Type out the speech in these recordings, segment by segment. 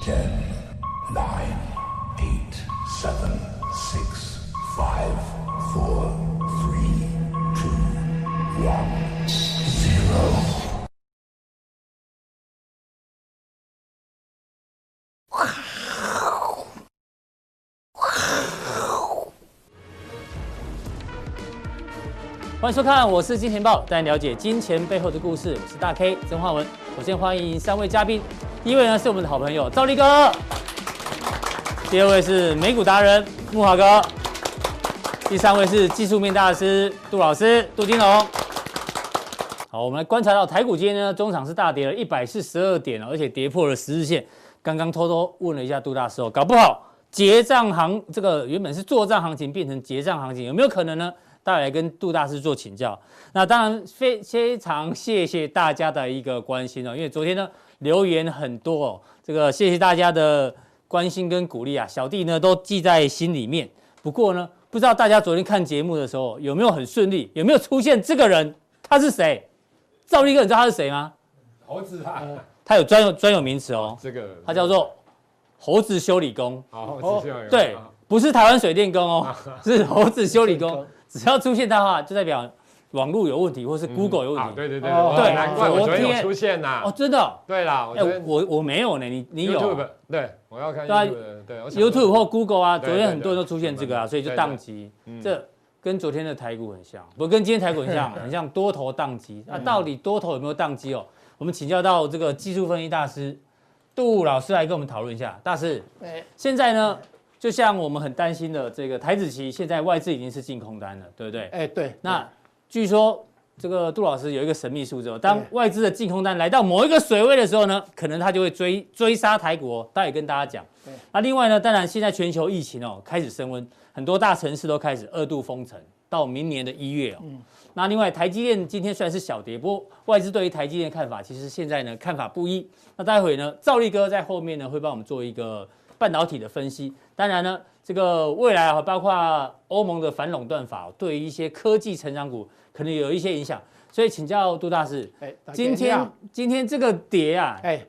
Ten, nine, eight, seven, six, five, four, three, two, one, zero. 欢迎收看，我是金钱豹，带你了解金钱背后的故事。我是大 K 曾焕文。首先欢迎三位嘉宾，第一位呢是我们的好朋友赵力哥，第二位是美股达人木华哥，第三位是技术面大师杜老师杜金龙。好，我们来观察到台股今天呢，中场是大跌了一百四十二点哦，而且跌破了十日线。刚刚偷偷问了一下杜大师哦，搞不好结账行这个原本是做账行情变成结账行情，有没有可能呢？大家来跟杜大师做请教。那当然非非常谢谢大家的一个关心哦，因为昨天呢留言很多哦，这个谢谢大家的关心跟鼓励啊，小弟呢都记在心里面。不过呢，不知道大家昨天看节目的时候有没有很顺利，有没有出现这个人？他是谁？赵立哥，你知道他是谁吗？猴子啊，他有专有专有名词哦，这个他叫做猴子修理工。好，只有有对，不是台湾水电工哦，啊是猴子修理工。只要出现他的话，就代表网络有问题，或是 Google 有问啊，题。对对对，哦对，对难怪我昨昨天天有出现哦，呐。真的哦。对啦，我哎昨天，我我没有呢，你你有 YouTube 对，我要看对啊 YouTube 的对我想说 YouTube 或 Google 啊？对昨天很多人都出现这个啊，所对以就对对宕机嗯。这跟昨天的台股很像，不跟今天台股很 像，很像多头宕机。嗯那到底多头有没有宕机哦？我们请教到这个技术分析大师杜老师来跟我们讨论一下。大师，哎现在呢，就像我们很担心的这个台子期，现在外资已经是净空单了，对不对？哎，对，那据说这个杜老师有一个神秘数字哦，当对外资的净空单来到某一个水位的时候呢，可能它就会追追杀台股哦。他也跟大家讲对。那另外呢，当然现在全球疫情哦开始升温，很多大城市都开始二度封城，到明年的一月哦。嗯那另外，台积电今天虽然是小跌，不过外资对于台积电的看法，其实现在呢看法不一。那待会呢，赵力哥在后面呢会帮我们做一个半导体的分析。当然呢，这个未来啊，包括欧盟的反垄断法，对于一些科技成长股可能有一些影响。所以请教杜大师，哎，大家今你天好今天这个跌啊，哎，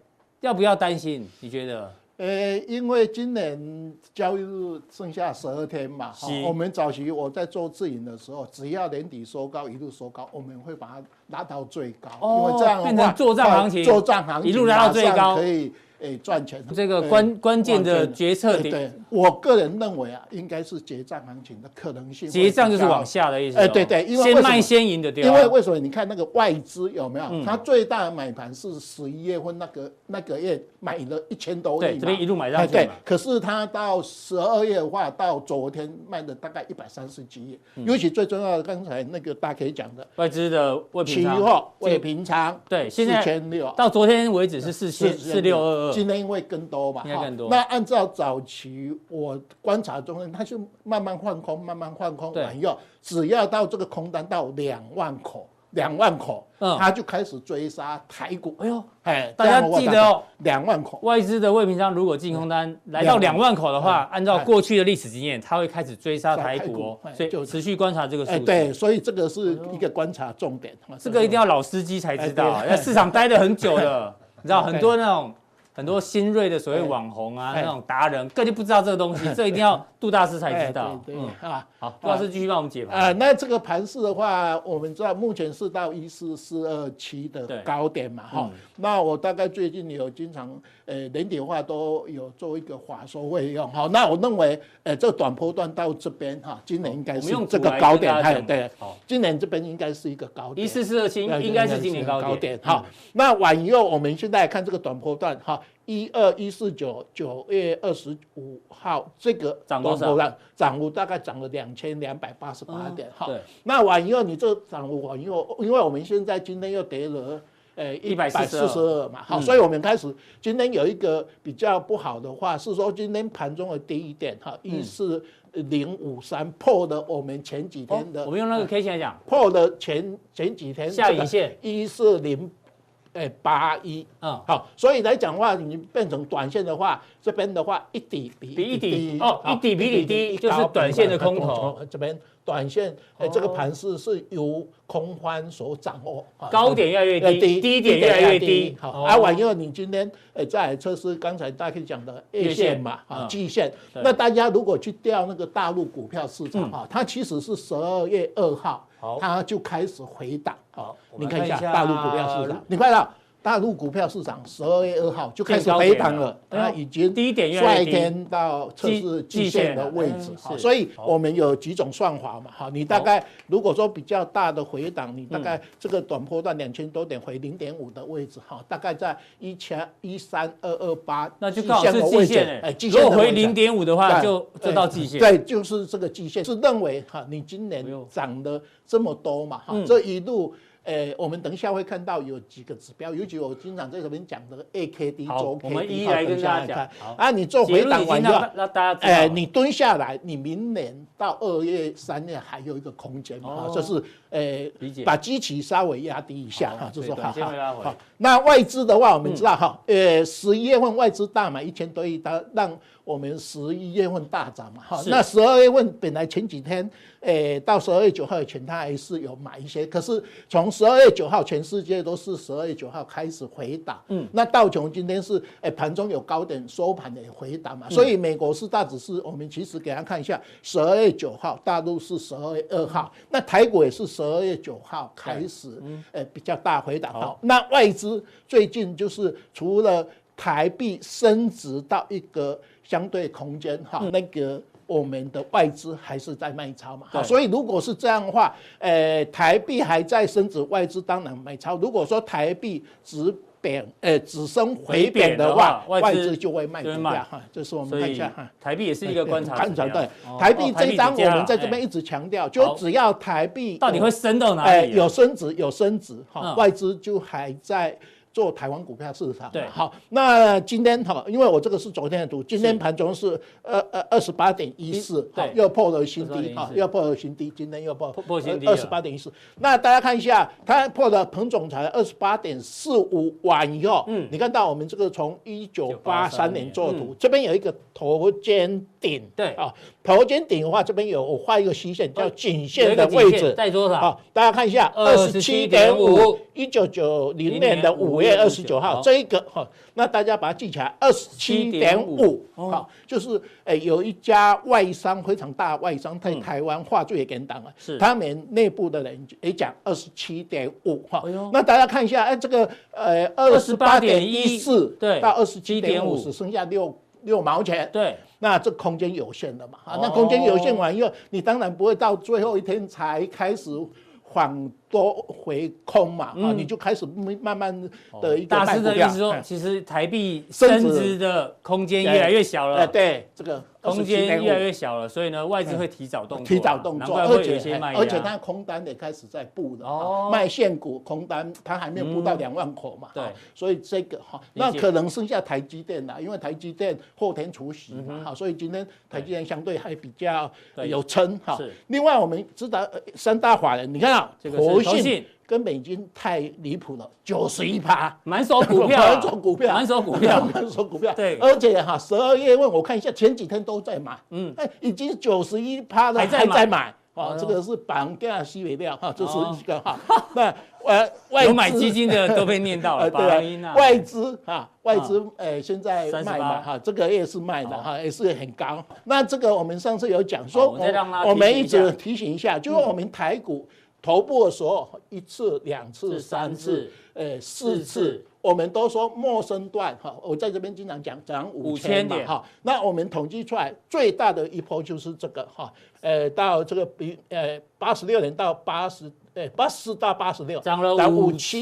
要不要担心？你觉得？呃，因为今年交易日剩下十二天嘛，哈是我们早期我在做自营的时候，只要年底收高一路收高，我们会把它拉到最高，哦因为这样的话变成做账行情哎做账行情一路拉到最高马上可以诶赚钱。这个哎关关键关的决策对点，对，我个人认为啊，应该是结账行情的可能性会比较。结账就是往下的意思哦。哎对对因为为先什卖么先赢的对因吧为为什么？你看那个外资有没有？啊嗯它最大的买盘是十一月份那个那个月买了一千多亿对嘛，这边一路买上哎去对嘛。，可是它到十二月的话，到昨天卖了大概一百三十几亿，嗯尤其最重要的，刚才那个大 K 讲的外资的未平期仓货未平仓，对现四在千六。到昨天为止是四千四六二二，今天因为更多嘛，应该哈更多那按照早期我观察中，它就慢慢换空，慢慢换空对完以后，只要到这个空单到两万口，两万口，嗯它就开始追杀台股。哎呦，哎，大家记得哦，两万口。外资的未平仓如果净空单来到两两万口的话，嗯按照过去的历史经验，它会开始追杀杀台台股股哦，哎所以就持续观察这个数哎，字。嗯对，，所以这个是一个观察重点。这个一定要老司机才知道哎，对在市场待了很久 的，你知道对很多那种很多新锐的所谓网红啊，哎那种达人根本就不知道这个东 西，这一定要杜大师才知道哎。对对啊。好，杜大师继续帮我们解啊、盘。那这个盘势的话，我们知道目前是到一四四二七对的高点嘛，哈、嗯那我大概最近有经常，呃，连点话都有做一个法说会用，好，那我认为，呃，这个短波段到这边哈，今年应该我们是用这图个来高跟点，大家哎，讲对，好，今年这边应该是一个高点，一四四二七对应该是今年高点。嗯好，那往右我们现在看这个短波段哈，一二一四九九月二十五号这个涨多少短波段涨幅大概涨了两千两百八十八点哈。哦对，那往右你这涨幅往右，因为我们现在今天又跌了。呃，一百四十142二嘛，好，所以我们开始今天有一个比较不好的话是说，今天盘中的低点哈，一四零五三破了我们前几哦嗯天的啊我们用那个 K 线来讲，破了前前几天下影线一四零哎八一，嗯，好，所以来讲的话，你变成短线的话，这边的话一底比比一底低哦好一底比一底低就是高短线的空头，呃这边短线，哎，这个哦盘势是由空方所掌握，啊高点越来越呃低，低点越来越低。好，哦啊，完以后你今天呃再来测试刚才大家讲的月月线线嘛，啊嗯，季线。对嗯那大家如果去调那个大陆股票市场啊，它其实是十二月二号好，它就开始回档啊好我。们你看一下看一下大陆股票市场，你看到大陆股票市场十二月二号就开始见高回点档了了，哎呦它已经低点越来越率低。先到测试季季线的位置季线了哈，嗯所以是好我们有几种算法嘛哈，你大概如果说比较大的回档，你大嗯概这个短波段两千多点回零点五的位置哈，大概在一千一三二二八，那就刚好是季线哎哎，，季如线果的回位置零点五的话，对就就对到季线。哎对，就是这个季线是认为哈，你今年不用涨了这么多嘛哈嗯，这一路。呃，我们等一下会看到有几个指标，尤其我经常在这边讲的 AKD 好周 K，我们一一来跟大家讲好啊，你做回结论档已完经以后让，让大家知道了。哎，你蹲下来，你明年到二月、三月还有一个空间嘛，哦哈就是呃理解，把基期稍微压低一下好哈，就是所说以短哈线会拉回嗯好。那外资的话，我们知道哈，呃，十一月份外资大买一千多亿，它让我们十一月份大涨嘛哈。是那十二月份本来前几天，呃，到十二月九号以前它还是有买一些，可是从十二月九号全世界都是十二月九号开始回档，嗯嗯，那道琼今天是哎盘中有高点收盘的回档嘛，所以美国四大指数我们其实给大家看一下，十二月九号，大陆是十二月二号，那台股也是十二月九号开始，呃比较大回档。好，那外资最近就是除了台币升值到一个相对空间哈，那个。我们的外资还是在卖超嘛，好对所以如果是这样的话，呃，台币还在升值，外资当然卖超。如果说台币只贬，呃，只升回贬的话，回贬的话外外资资就会卖就会掉卖哈。这是我所们看一以下哈。台币也是一个观察指标。对哦，台币哦这一张指标我啦们在这边哎一直强调，好就只要台币到底会升到哪哎里啊？有升值有升值哈嗯，外资就还在。做台湾股票市场嘛，对好，那今天哈，因为我这个是昨天的图，今是天盘中是二二二十八点一四，好对又破了新低28.14哈，又破了新低，今天又破破破新低了二十八点一四。那大家看一下，它破了彭总裁二十八点四五完以后，嗯你看到我们这个从一九八1983三年年做的图，这边有一个头肩顶，嗯对哦啊，头肩顶的话，这边有我画一个虚线叫颈有一线个的极位限置，在多少？好，大家看一下，啊二十七点27.5五，一九九零年的五月二十九好号，这一个哈，那大家把它记起来，二十七点27.5五，哦好，就是诶有一家外商非常大的外商在嗯台湾话最也给档了，是他们内部的人也讲二十七点五哈哎呦，那大家看一下，哎，这个呃二十八点一四对到二十七点五7.5只剩下六六毛钱，对，那这空间有限的嘛，啊哦，那空间有限完以后，你当然不会到最后一天才开始反多回空嘛，啊，嗯哦你就开始慢慢的一个大卖师股的意票思说，哎其实台币升升值值的空间越来越小哎，了，对，这个空间越来27.5越小了，所以呢，外资会提早动作啦，啊提早动作，难怪而会有且一些卖压。而且它空单也开始在布了，哦嗯啊卖现股空单它还没有布到两万口嘛，对啊所以这个哈，理解那可能剩下台积电啊啦，因为台积电后天除息嘛，哈，所以今天台积电相对还比较嗯对有撑哈是。另外我们知道呃三大法人，你看啊这，个是国投信信根本已经太离谱了，九十一趴。满手股票啊，满手股票，满手股 票，满手股票。对而且哈，十二月份我看一下，前几天都在买，嗯嗯，哎，已经九十一趴了，还还在买在买。哎哦呦，哦这个是绑架西北料哈，这是一个哈。那呃，外 有资买基金的都被念到了，呃巴菲对特啊，外资哈，外资呃现在38卖嘛哈，这个也是卖的哈，也是很高。那这个我们上次有讲哦好说，我再让他我提们醒一一下嗯直提醒一下，就是我们台股头部的时候，一次、两是次、三三次次，呃四次四次。我们都说陌生段哈，我在这边经常讲涨五5000千嘛点哈，那我们统计出来最大的一波就是这个哈，呃，到这个比呃八十六年到八十呃八十到八十六涨了到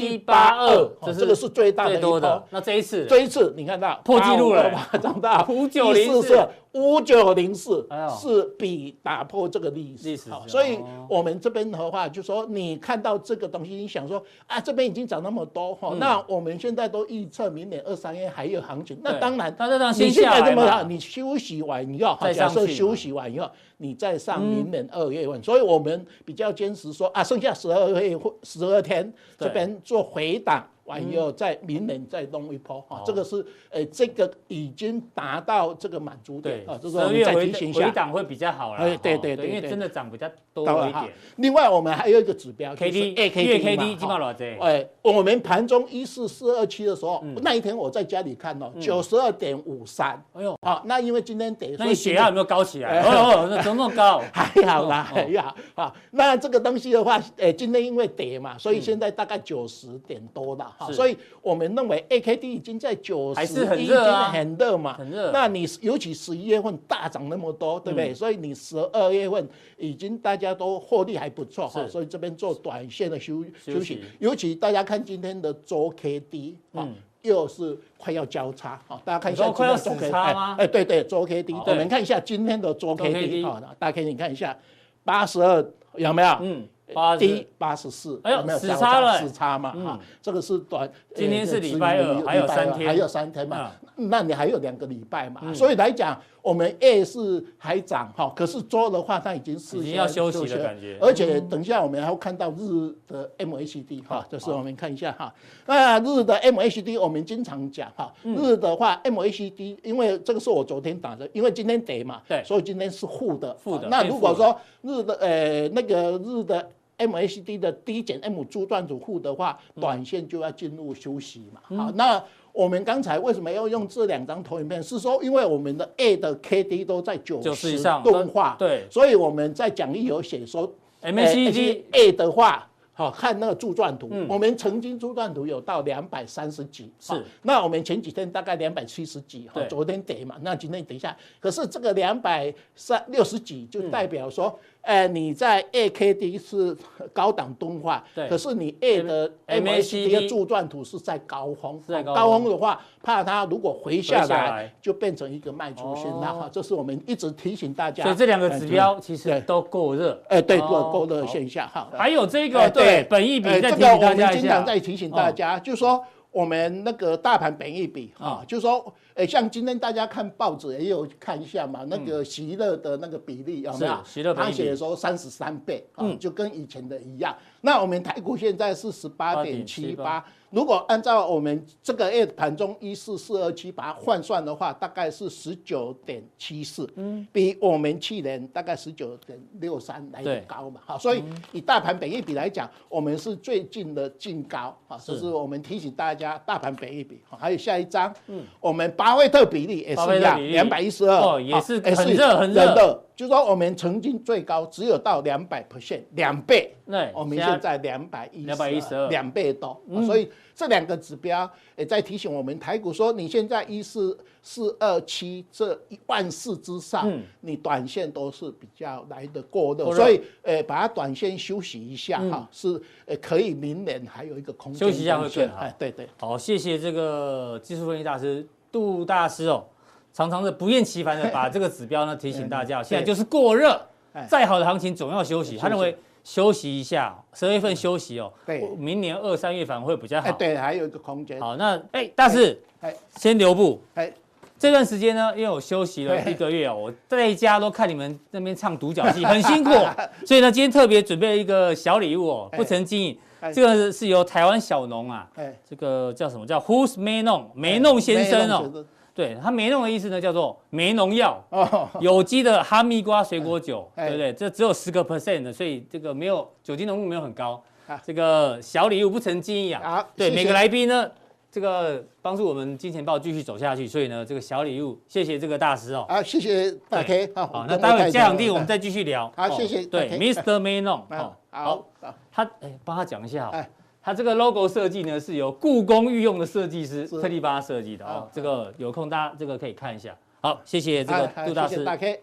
5782这哦是这个是最大的最一多的波。。那这一次这一次你看到破纪录了858 涨到5904是五九零四哎呦，是比打破这个历史。历史好是所以哦我们这边的话，就说你看到这个东西，你想说啊，这边已经涨那么多哈，嗯那我们现在都预测明年二三月还有行情，那对当然它这让先你现下在来这么好，嘛你休息完以后，再好假上设去嘛嗯休息完以后，你再上明年二月份，所以我们比较坚持说啊，剩下十二月或十二天对这边做回档。完以嗯后再明年再弄一波哦啊，这个是诶这个已经达到这个满足点对啊，，就十是我二们月再回提醒一回下。档会比较好啦。哎对哦对对因为对真的涨比较多到一了哈点。，另外我们还有一个指标 K 就是 D 月 AKD K 嘛 D 起哈码多少钱？哎，我们盘中一四四二七的时嗯候，那一天我在家里看哦，九十二点五三。哎呦，好，那因为今天跌，那所以哎你血压有没有高起来？哦，那怎么那么高？ 还好啦， 哦还哦好啊。那这个东西的话，呃，今天因为跌嘛，所以现在大概九十点多了哈，嗯是所以我们认为 AKD 已经在九十，还是很热啊很热嘛，很热嗯那你尤其十一月份大涨那么多，对不对？所以你十二月份已经大家都获利还不错哈，是所以这边做短线的休休息休息，尤其大家看今天的周 K D 啊。又是快要交叉，好，大家看一嗯你下说快要今天的周死叉吗哦哎，哎对对，周 K D，好我们看一下今天的周周 K KD D 好，大家可以看一下，八十二有没有？嗯，八低十。八十四，哎呦有没有死交叉了嗯死叉嘛，哈，这个是短。呃今天是这礼拜二礼还有礼拜三天嗯还有三天嘛，那你还有两个礼拜嘛，所以来讲，我们 A 是还涨哈，可是周的话，它已经是已经要休息的感觉而且等一下我们还会看到日的 MACD 哈，就是我们看一下哈，那日的 MACD 我们经常讲哈，嗯日的话 MACD，因为这个是我昨天打的，因为今天跌嘛，对所以今天是负的，负的那变如负果了说日的呃那个日的 MACD 的 D 减 M 柱状主户的话，嗯短线就要进入休息嘛。好，那我们刚才为什么要用这两张投影片？是说因为我们的 A 的 KD 都在九90以十上钝化，对所以我们在讲义有写说哎 E MACD 呃 A A 的话。好看那个柱状图，我们曾经柱状图有到两百三十几，嗯是好那我们前几天大概两百七十几，哈对，昨天跌嘛，那今天跌一下，可是这个两百三六十几就嗯代表说，呃，你在 AKD 是高档钝化对，可是你 A 的 M- MACD MACD 的柱状图是在高峰，是在高高峰峰的话，怕它如果回下回下来来就变成一个卖出讯哦号，哈这是我们一直提醒大家。所以这两个呃指标，就是其对实都够热。哎，对，哦过勾勒现象哈。还有这哎个对本益比，哎再这提个醒我大家们一经常下。哦在提醒大家，就说我们那个大盘本益比啊，就说哎，像今天大家看报纸也有看一下嘛，那个席勒的那个比例有没有？是席勒本益他比嗯写说三十三倍啊，就跟以前的一样。那我们台股现在是十八点七18.78八。啊如果按照我们这个月盘中一四四二七把它换算的话，大概是十九点七四，嗯，比我们去年大概十九点六三来的对嗯高嘛，好，所以以大盘本益比来讲，我们是最近的近高啊，这是是我们提醒大家大盘本益比。好还有下一张，嗯，我们巴菲特比例也巴是菲一特样，比例两百一十二，啊哦也好是也很热很热的，就说我们曾经最高只有到两百 percent，两倍，对我们现在现在两百一212两倍多，嗯啊所以这两个指标也在提醒我们台股说，你现在一四四二七这一万四之上，嗯你短线都是比较来的过热，过热所以呃，把它短线休息一下哈，是呃可以明年还有一个空间嗯休息一下会更好哎，对对。好，谢谢这个技术分析大师杜大师哦，常常的不厌其烦的把这个指标呢提醒大 家，现在就是过热哎，再好的行情总要休息。他认为休息一下，哦十二月份休息哦，嗯对明年二三月反而会比较哎，好。对，还有一个空间。好，那哎，大师哎先留步。哎，这段时间呢，因为我休息了对一个月哦，我在家都看你们那边唱独角戏，很辛 苦哦，所以呢，今天特别准备了一个小礼物哦，哎不曾经营，哎这个是由台湾小农啊，哎，这个叫什么叫 Who's Maynon 梅弄先生梅弄哦，对他梅弄的意思呢叫做梅农 药，哦，有机的哈密瓜水果酒，哎对不对？这只有十个 percent 的，所以这个没有酒精浓度没有很高啊。这个小礼物不成敬意啊好，对谢谢每个来宾呢，这个帮助我们金钱豹继续走下去，所以呢，这个小礼物谢谢这个大师哦。好，谢谢大 K 好好，我那跟待我会带嘉走奖弟了我们再继续聊。好哦谢谢对 OK ，Mr. Maynon，哦啊，好，好他哎，帮他讲一下哦哎。他这个 logo 设计呢，是由故宫御用的设计师是特地帮他设计的哦好。这个有空大家这个可以看一下。好，谢谢哎这个好杜大哎谢谢师。大 K。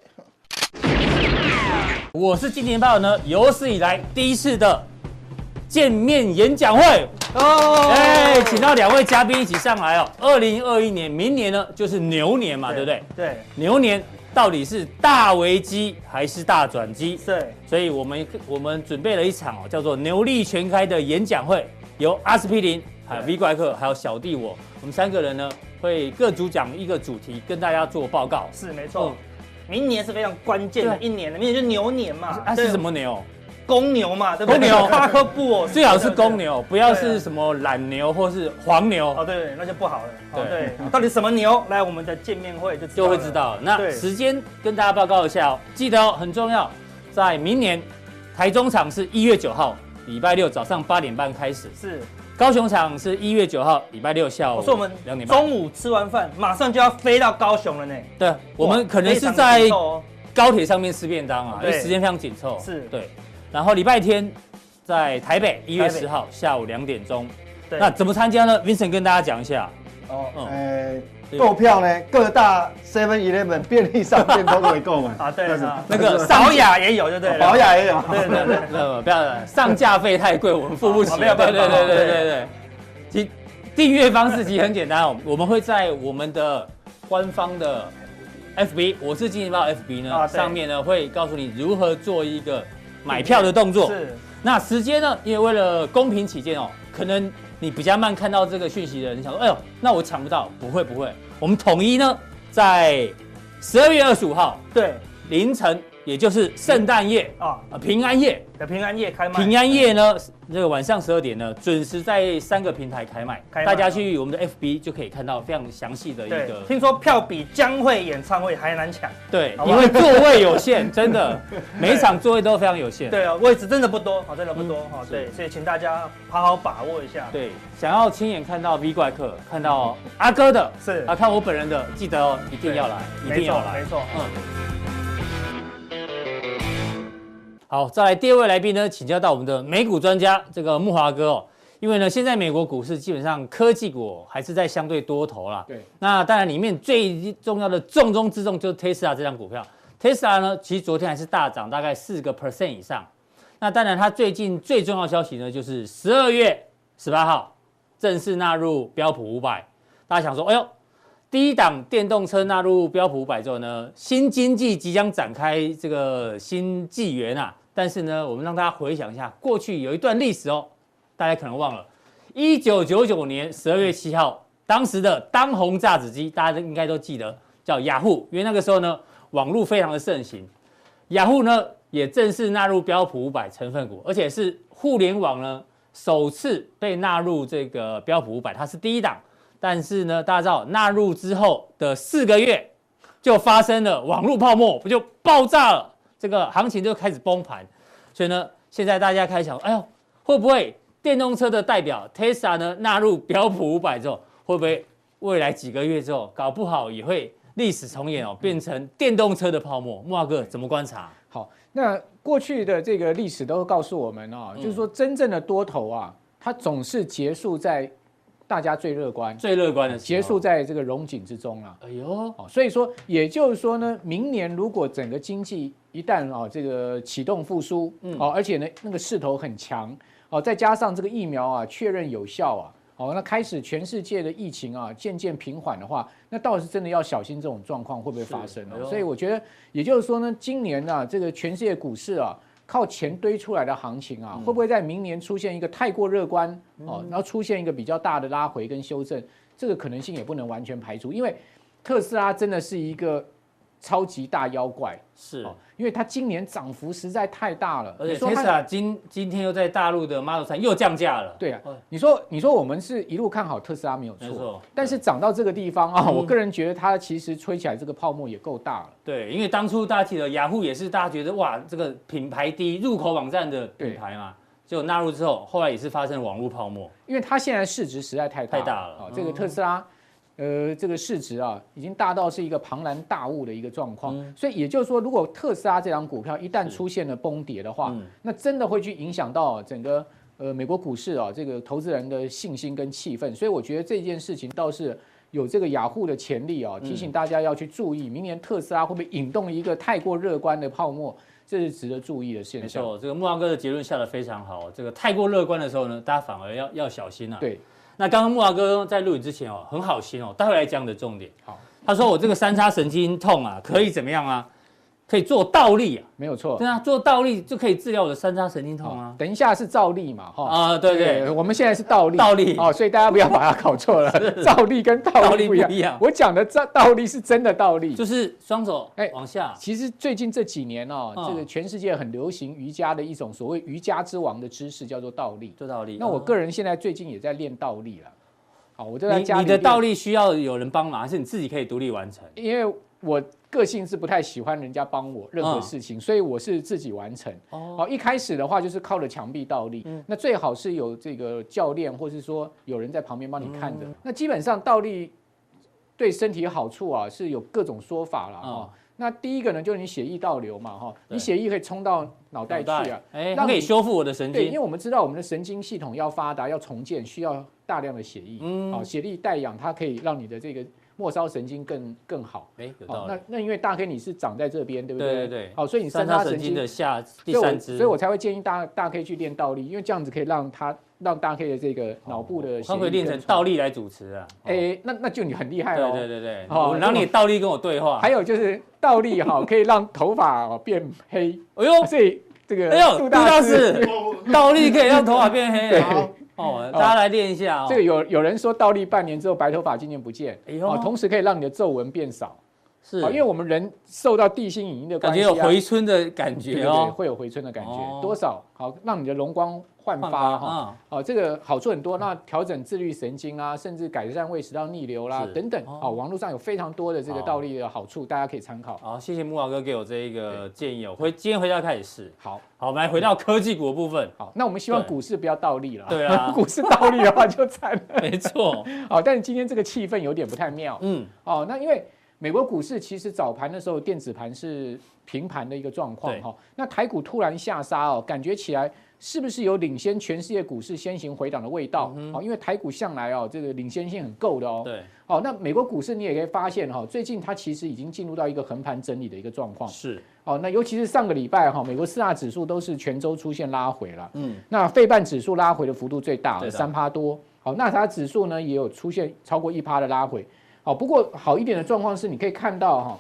我是金钱豹呢，有史以来第一次的见面演讲会。哦，哎，请到两位嘉宾一起上来哦。二零二一年，明年呢就是牛年嘛，对不啊对？对牛年到底是大危机还是大转机？对，所以我们我们准备了一场哦，叫做牛力全开的演讲会，由阿司匹林、还有 V 怪客、还有小弟我，我们三个人呢会各主讲一个主题，跟大家做报告。是没错。明年是非常关键的嗯对一年的，明年就牛年嘛。啊，对是什？么牛？公牛嘛，对不公对？牛夸克布偶最好是公牛。牛，不要对是啊什么懒牛或是黄哦，牛，对，那就不好了。哦，对对，到底什么牛？来我们的见面会就知道就了会知。道。那对时间跟大家报告一下哦，记得哦，很重要，在明年台中场是一月九号，礼拜六早上八点半开始；是，高雄场是一月九号，礼拜六下午我哦说我们哦两点半。中午吃完饭，马上就要飞到高雄了呢。对，我们哇可能非是常在紧凑哦高铁上面吃便当啊，因对为时间非常紧凑。是对。然后礼拜天在台北一月台北十号下午两点钟。对那怎么参加呢？Vincent 跟大家讲一下。哦嗯呃，购票呢，各大 Seven Eleven 便利商店都可以购买 啊，对但是了，那个哦保雅也有，对不对了？保雅也有。 对对对，呃，不要上架费太贵，我们付不起。啊没有对办法对对对对对对。其订阅方式其实很简单，哦我们会在我们的官方的 FB，我是金钱豹 FB 呢、啊对上面呢会告诉你如何做一个买票的动作。是那时间呢？因为为了公平起见哦，可能你比较慢看到这个讯息的人，想说，哎呦，那我抢不到，不会不会，我们统一呢在十二月二十五号对凌晨，也就是圣诞夜啊，啊、平安夜、的平安夜开卖，平安夜呢，这个晚上十二点呢，准时在三个平台开卖，开卖大家去我们的 FB 就可以看到非常详细的一对个，听说票比江蕙演唱会还难抢，对，好吧因为座位有限， 真的每一场座位都非常有限。对啊，位置真的不多，好，真的不多嗯哈，是对，所以请大家好好把握一下。对，想要亲眼看到 V 怪客，看到阿哥的，是啊，看我本人的，记得哦，一定要来，一定没要错来没。错，嗯。好，再来第二位来宾呢，请教到我们的美股专家这个木华哥哦，因为呢，现在美国股市基本上科技股还是在相对多头啦。对。那当然，里面最重要的重中之重就是 Tesla 这张股票。Tesla 呢，其实昨天还是大涨大概四个 percent 以上。那当然，它最近最重要的消息呢，就是十二月十八号正式纳入标普五百。大家想说，哎呦，第一档电动车纳入标普五百之后呢，新经济即将展开这个新纪元啊。但是呢，我们让大家回想一下，过去有一段历史哦，大家可能忘了，一九九九年十二月七号，当时的当红炸子鸡，大家都应该都记得，叫雅虎，因为那个时候呢，网络非常的盛行，雅虎呢也正式纳入标普五百成分股，而且是互联网呢首次被纳入这个标普五百，它是第一档。但是呢，大家知道纳入之后的四个月，就发生了网络泡沫，不就爆炸了？这个行情就开始崩盘。所以呢，现在大家开始想，哎呦，会不会电动车的代表 Tesla 呢纳入标普五百之后，会不会未来几个月之后，搞不好也会历史重演哦，变成电动车的泡沫？木华哥怎么观察？好，那过去的这个历史都告诉我们啊、就是说真正的多头啊，它总是结束在大家最乐观，最乐观的时候结束。在这个荣景之中啊。哎呦，哦，所以说，也就是说呢，明年如果整个经济一旦啊、这个启动复苏，嗯哦，而且呢那个势头很强，哦，再加上这个疫苗啊确认有效啊，哦，那开始全世界的疫情啊渐渐平缓的话，那倒是真的要小心这种状况会不会发生是哎哦呦。所以我觉得，也就是说呢，今年啊这个全世界股市啊。靠钱堆出来的行情嗯啊，会不会在明年出现一个太过乐观哦，然后出现一个比较大的拉回跟修正？这个可能性也不能完全排除，因为特斯拉真的是一个超级大妖怪是，哦，因为它今年涨幅实在太大了。而且你说它 Tesla 今今天又在大陆的 Model 3又降价了。对啊哎，你说你说我们是一路看好特斯拉没有没错错，但是涨到这个地方啊，嗯我个人觉得它其实吹起来这个泡沫也够大了。对，因为当初大家记得雅虎也是大家觉得哇，这个品牌第一入口网站的品牌嘛，就纳入之后，后来也是发生网络泡沫。因为它现在市值实在太大太大了嗯哦这个特斯拉，呃，这个市值啊，已经大到是一个庞然大物的一个状况。嗯所以也就是说，如果特斯拉这张股票一旦是出现了崩跌的话，嗯那真的会去影响到整个呃美国股市啊，这个投资人的信心跟气氛。所以我觉得这件事情倒是。有这个雅虎的潜力啊，嗯提醒大家要去注意，明年特斯拉会不会引动一个太过乐观的泡沫，这是值得注意的没现象。错，这个木华哥的结论下的非常好。这个太过乐观的时候呢，大家反而要要小心啊。，对，那刚刚木华哥在录影之前哦，很好心哦，待会来讲我的重点。好，他说我这个三叉神经痛啊，可以怎么样啊？可以做倒立啊，没有错。对啊，做倒立就可以治疗我的三叉神经痛啊。等一下是照例嘛，哈、啊，对对对，，我们现在是倒立，倒立哦，所以大家不要把它搞错了， 倒立跟倒立不倒立不一一样样。我讲的这倒立是真的倒立，就是双手哎往下，其实最近这几年哦，嗯这个全世界很流行瑜伽的一种所谓瑜伽之王的知识，叫做倒立。做倒立。那我个人，人现在最近也在练倒立了，好，我就在你啊家里你的练倒，立需要有人帮忙，还是你自己可以独立完成？因为我个性是不太喜欢人家帮我任何嗯事情，所以我是自己完成。哦，好，一开始的话就是靠着墙壁倒立，嗯那最好是有这个教练或是说有人在旁边帮你看着。嗯那基本上倒立对身体好处啊是有各种说法啦。嗯哦。那第一个呢，就是你血液倒流嘛，哈，对你血液可以冲到脑袋去啊。哎，它让可以你修复我的神对，因为经。我们知道我们的神经系统要发达、要重建，需要大量的血液，嗯好、血液带氧，它可以让你的这个末梢神经更更好。哎，有好、道哦那理。那因为大黑你是长在这边，对不对对对？对好、所以你三三叉叉神神经经的下第所以我三支，所以我才会建议大大家可以去练倒立，因为这样子可以让他让大家可以这个脑部的血哦它液会练成更畅倒。立来主持啊。哦哎，那那就你很厉害对哦。对对对，哦我让你倒立跟我对话。还有就是倒立哈，可以让头发哦变黑，哎呦，所以这个哎呦，杜杜大大师，师，倒立可以让头发变黑对啊！哦，大家来练一下哦。这个有有人说倒立半年之后白头发渐渐不见，哎呦哦，同时可以让你的皱纹变少，是，哦因为我们人受到地心引力的感关觉系啊有回春的感对觉对对，哦，会有回春的感哦觉，多少好让你的容光焕焕发哈。啊，哦，这个好处很多，那调整自律神经啊，甚至改善胃食道逆流啦、是等等，哦哦，网络上有非常多的这个倒立的好处，大家可以参考。好，谢谢木老哥给我这一个建议哦，回今天回家开始试。好，好，我们来回到科技股的部 分，好，那我们希望对股市不要倒立了。对啊 股市倒立的话就惨了。没错，好，但是今天这个气氛有点不太妙。嗯，哦，那因为美国股市其实早盘的时候电子盘是平盘的一个状况对哈，那台股突然下杀哦，感觉起来是不是有领先全世界股市先行回档的味道？哦，因为台股向来哦这个领先性很够的哦。嗯对，好，那美国股市你也可以发现哈、最近它其实已经进入到一个横盘整理的一个状况。是，哦，那尤其是上个礼拜哈、美国四大指数都是全周出现拉回了。嗯，那费半指数拉回的幅度最大最，大三趴多。好，纳斯达克指数呢也有出现超过一趴的拉回。好，不过好一点的状况是，你可以看到哈、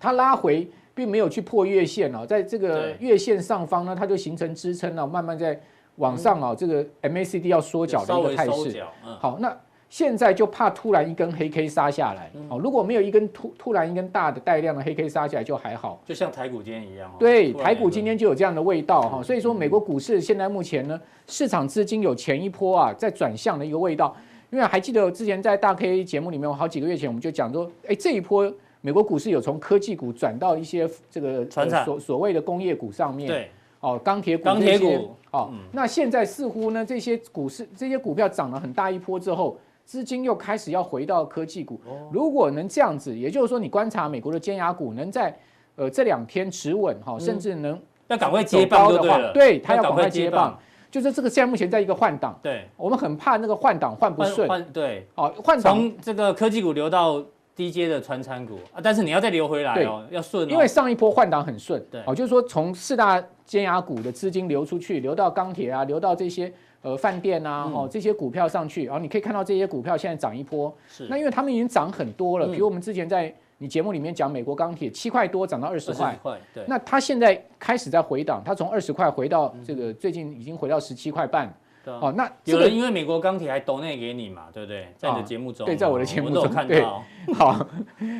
它拉回并没有去破月线哦，在这个对月线上方呢，它就形成支撑了、慢慢在往上哦，这个 MACD 要缩脚的稍一个微态收势。脚，嗯，好，那现在就怕突然一根黑 K 杀下来。嗯好、如果没有一根突突然一根大的带量的黑 K 杀下来就还好。就像台股今天一样哦。对，突然台有股一个今天就有这样的味道哈、所以说美国股市现在目前呢，市场资金有前一波啊在转向的一个味道，因为还记得之前在大 K 节目里面，好几个月前我们就讲说，哎，这一波美国股市有从科技股转到一些这个传产所所谓的工业股上面，对，哦，钢铁股钢这铁些股哦，那现在似乎呢，这些股市这些股票涨了很大一波之后，资金又开始要回到科技股。哦如果能这样子，也就是说，你观察美国的尖牙股能在呃这两天持稳哈、甚至能要赶快嗯接走棒高就的对话了，，对它要赶快快接棒棒，。就是这个现在目前在一个换挡，对，我们很怕那个换挡换不顺换，换对，哦，换挡。从这个科技股流到低阶的传产股啊，但是你要再流回来哦，要顺哦，因为上一波换挡很顺，对哦，就是说从四大尖牙股的资金流出去，流到钢铁啊，流到这些呃饭店啊，嗯哦这些股票上去，啊然后你可以看到这些股票现在涨一波，是那因为他们已经涨很多了，嗯比如我们之前在你节目里面讲美国钢铁七块多涨到二十二块十，块，对，那它现在开始在回档，它从二十块回到这个最近已经回到十七块半，嗯对啊哦，那这有个啊人因为美国钢铁还 donate 给你嘛，对不对？在你的节目中嘛，啊对在我的节目我都有中看对到，好，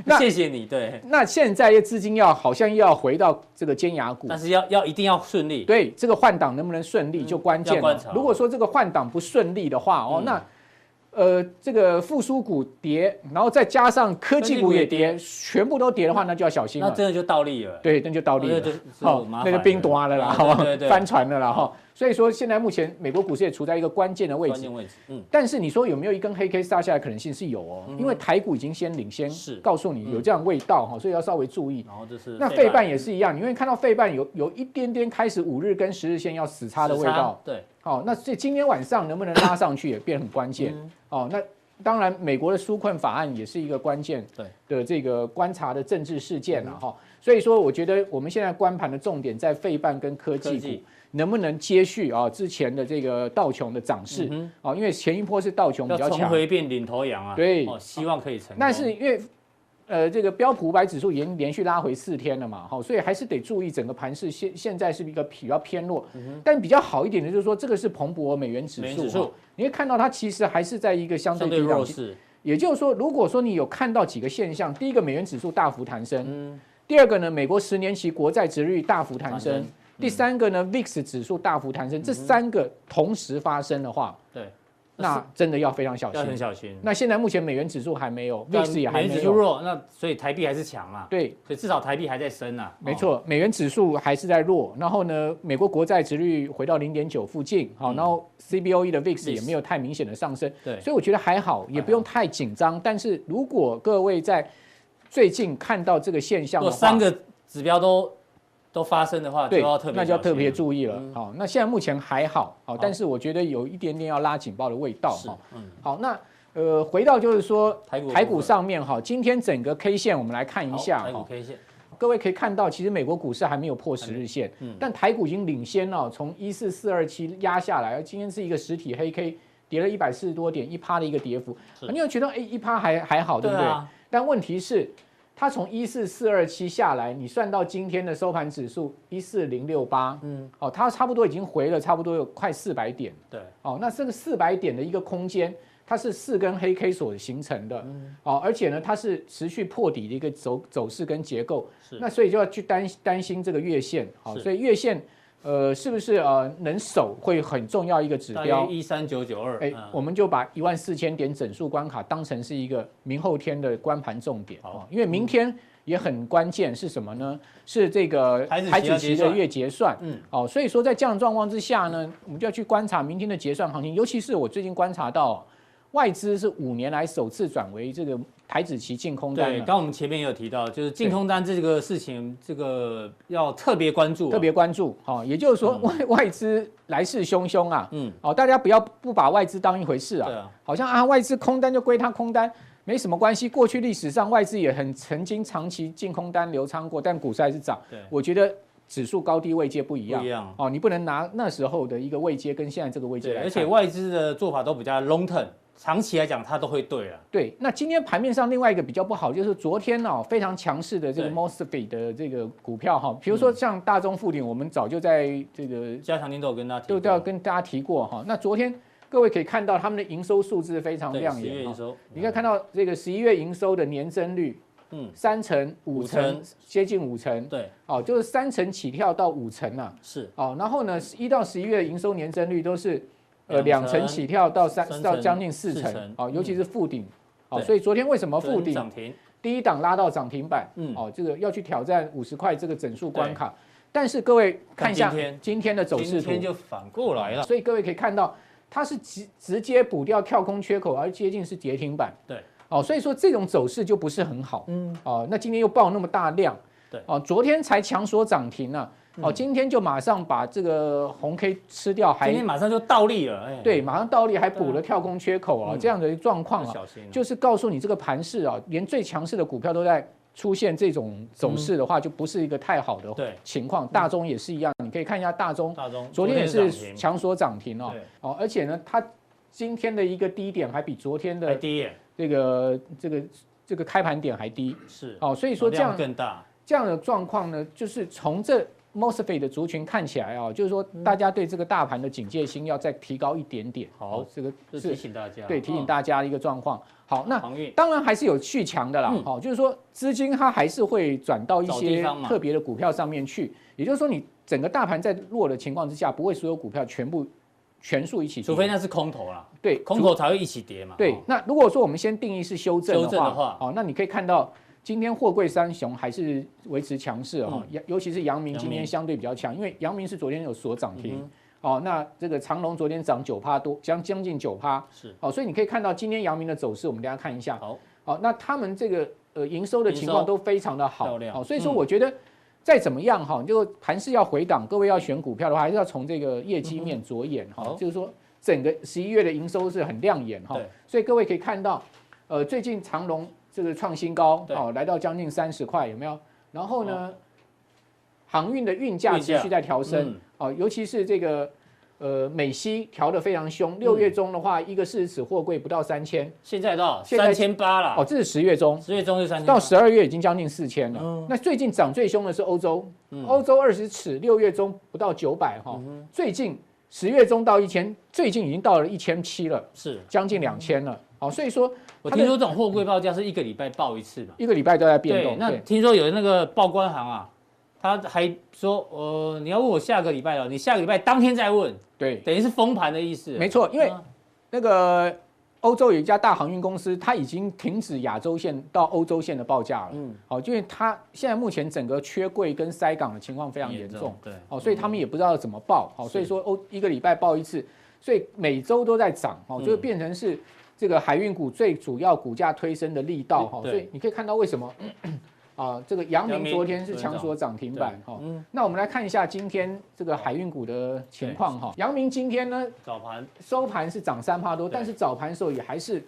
那谢谢你，对，那现在资金要好像又要回到这个尖牙股但，是要要一定要顺利，嗯对这个换挡能不能顺利就关键要观了察。如果说这个换挡不顺利的话，哦，嗯那呃这个复苏股跌，然后再加上科技股也跌，全部都跌的话，那就要小心嗯那了。真的就倒立了，哦对，那就倒立那了就，好就麻，那烦就了冰端了啦，对哈对对对，翻船了啦，哈。所以说，现在目前美国股市也处在一个关键的位关置键。位置，嗯，但是你说有没有一根黑 K 杀下来的可能性是有哦，因为台股已经先领先是，嗯告诉你有这样味道哈，所以要稍微注意。然后就是嗯那费半也是一样，你会看到费半有有一点点开始五日跟十日线要死叉的味道。，时差对，好、那所以今天晚上能不能拉上去也变很关键。嗯哦，那当然，美国的纾困法案也是一个关键对嗯的这个观察的政治事件了哈、所以说，我觉得我们现在观盘的重点在费半跟科技科股技能不能接续啊、之前的这个道琼的涨势嗯啊、因为前一波是道琼比要较重强，回变领头羊啊，对哦希望可以成功，但是因为呃，这个标普五百指数已经连续拉回四天了嘛，好，所以还是得注意整个盘势现现在是一个比较偏弱，但比较好一点的就是说，这个是彭博美元指嗯美元数指哈，数你会看到它其实还是在一个相相对对低档弱区势，也就是说，如果说你有看到几个现象，第一个美元指数大幅弹升，嗯第二个呢，美国十年期国债值率大幅弹弹升，升嗯第三个呢，VIX 指数大幅弹升，这三个同时发生的话，对，那真的要非常小要很心。小心。那现在目前美元指数还没有但，VIX 也还美元没指数有，弱，那所以台币还是强嘛，对，所以至少台币还在升啊。没哦，错，美元指数还是在弱。然后呢，美国国债值率回到零点九附近，好，嗯然后 CBOE E 的 VIX 也没有太明显的上升。对，所以我觉得还好，也不用太紧张。但是如果各位在最近看到这个现如象果的话，三个指标都都发生的话，就对要特，别那就要小心嗯特别了注意了。好，那现在目前还好，好，但是我觉得有一点点要拉警报的味道。是哈，嗯，好，那呃，回到就是说台股的台部股分上面哈，今天整个 K 线我们来看一好下台股哈， K 线，各位可以看到，其实美国股市还没有破十日线，嗯但台股已经领先了，从一四四二七压下来，而今天是一个实体黑 K，跌了一百四十多点，一趴的一个跌幅，是你有觉得哎一趴还还好，对不对？啊，但问题是，它从一四四二七下来，你算到今天的收盘指数一四零六八，嗯，哦，它差不多已经回了差不多有快四百点，对，哦，那这个四百点的一个空间，它是四根黑 K 所形成的，嗯哦，而且呢，它是持续破底的一个走走势跟结构，是那所以就要去担担心这个月线，好、是所以月线。呃，是不是呃能守会很重要一个指大标约？一三九九二，嗯哎，我们就把一万四千点整数关卡当成是一个明后天的关盘重点好嗯哦，因为明天也很关键是什么呢？是这个台子期台子要期结算的月结算，嗯，哦，所以说在这样的状况之下呢，我们就要去观察明天的结算行情，尤其是我最近观察到外资是五年来首次转为这个台子期净空单对，了刚刚我们前面也有提到，就是净空单这个事情，这个要特别关注啊，特别关注，好、也就是说外、外资来势汹汹啊，嗯，哦，大家不要不把外资当一回事啊对，啊，好像啊外资空单就归他空单，没什么关系。过去历史上外资也很曾经长期净空单流仓过，但股市还是涨。对，我觉得指数高低位阶不一样，不一样哦，你不能拿那时候的一个位阶跟现在这个位阶对，来而看且外资的做法都比较 long term，长期来讲它都会对啊了，对，那今天盘面上另外一个比较不好，就是昨天哦非常强势的这个对 MOSFET 的这个股票哈、比如说像大中富鼎，我们早就在这个加强力都有跟大家提都过，都要跟大家提过哈、那昨天各位可以看到他们的营收数字非常对亮十月眼、哦营，收，你可以看到这个十一月营收的年增率，嗯嗯，三成、五五成成，接近五成，对，哦，就是三成起跳到五成啊，是哦，然后呢，一到十一月营收年增率都是呃两两成成起跳到三三成到将近四四成成，哦，尤其是附顶，哦，对所以昨天为什么附跟顶涨停，第一档拉到涨停板，嗯哦，这个要去挑战五十块这个整数关卡，但是各位看一下看今天今天的走势今图天，就反过来了，所以各位可以看到，它是直直接补掉跳空缺口，而接近是跌停板。对，哦，所以说这种走势就不是很好。嗯，哦，那今天又爆那么大量，对嗯哦，昨天才强锁涨停呢、哦，今天就马上把这个红 K 吃掉，还今天马上就倒立了，哎，对，马上倒立还补对了跳空缺口啊、嗯这样的状况要啊，小心了，就是告诉你这个盘势啊，连最强势的股票都在出现这种走势的话，就不是一个太好的嗯对嗯情况。大中也是一样，你可以看一下大中，大中昨天也涨是停强所涨停哦对，哦，而且呢，它今天的一个低点还比昨天还的低耶，这个这个这个开盘点还低是，哦，所以说这量样更大，这样的状况呢，就是从这 MOSFET 的族群看起来啊、就是说嗯大家对这个大盘的警戒心要再提高一点点。好哦这个这提是醒大家，对提醒大家的一个状况。好，那家航运当然还是有续强的啦，嗯好、就是说资金它还是会转到一找地些方嘛特别的股票上面去，也就是说你整个大盘在弱的情况之下，不会所有股票全部全数一起跌，除非那是空头啦，对空除头才会一起跌嘛，对哦，那如果说我们先定义是修正修正的话哦，那你可以看到今天货柜三雄还是维持强势哈，尤尤其是阳明嗯阳今明嗯天相对比较强，因为阳明是昨天有所涨停。哦，那这个长隆昨天涨九趴多，将将近九趴，是哦，所以你可以看到今天阳明的走势，我们大家看一下。好，好、那他们这个呃营收的情营况收都非常的漂好，亮好、所以说嗯我觉得再怎么样哈、你就盘势要回档，各位要选股票的话，还是要从这个业绩面着眼哈、好就是说整个十一月的营收是很亮眼哈、对所以各位可以看到，呃，最近长隆这个创新高，对哦哦，来到将近三十块，有没有？然后呢，航运的运价运价持续在调升嗯，哦，尤其是这个呃美西调得非常凶，六月中的话，一个四十尺货柜不到三千，现在多少？现在三千八了。哦，这是十月中，十月中就三千八到十二月已经将近四千了。那最近涨最凶的是欧洲，嗯欧洲二十尺六月中不到九百哈，最近十月中到一千，最近已经到了一千七了，是将近两千了。好，所以说我它听的说这种货柜报价是一个礼拜报一次嘛。一个礼拜都在变对动，。那对听说有那个报关行啊，他还说，呃，你要问我下个礼拜了，你下个礼拜当天再问，对，等于是封盘的意思。没错，因为啊那个欧洲有一家大航运公司，它已经停止亚洲线到欧洲线的报价了。嗯，好，因为它现在目前整个缺柜跟塞港的情况非常严重，对，哦，所以他们也不知道怎么报，好，所以说欧一个礼拜报一次，所以每周都在涨，哦，嗯就变成是这个海运股最主要股价推升的力道，哈，对所以你可以看到为什么。啊，这个阳阳明明昨天是昨天强涨锁涨停板哈对嗯，那我们来看一下今天这个海运股的情况哈。阳明今天呢早盘收盘是涨三帕多，对但是早盘的时候也还是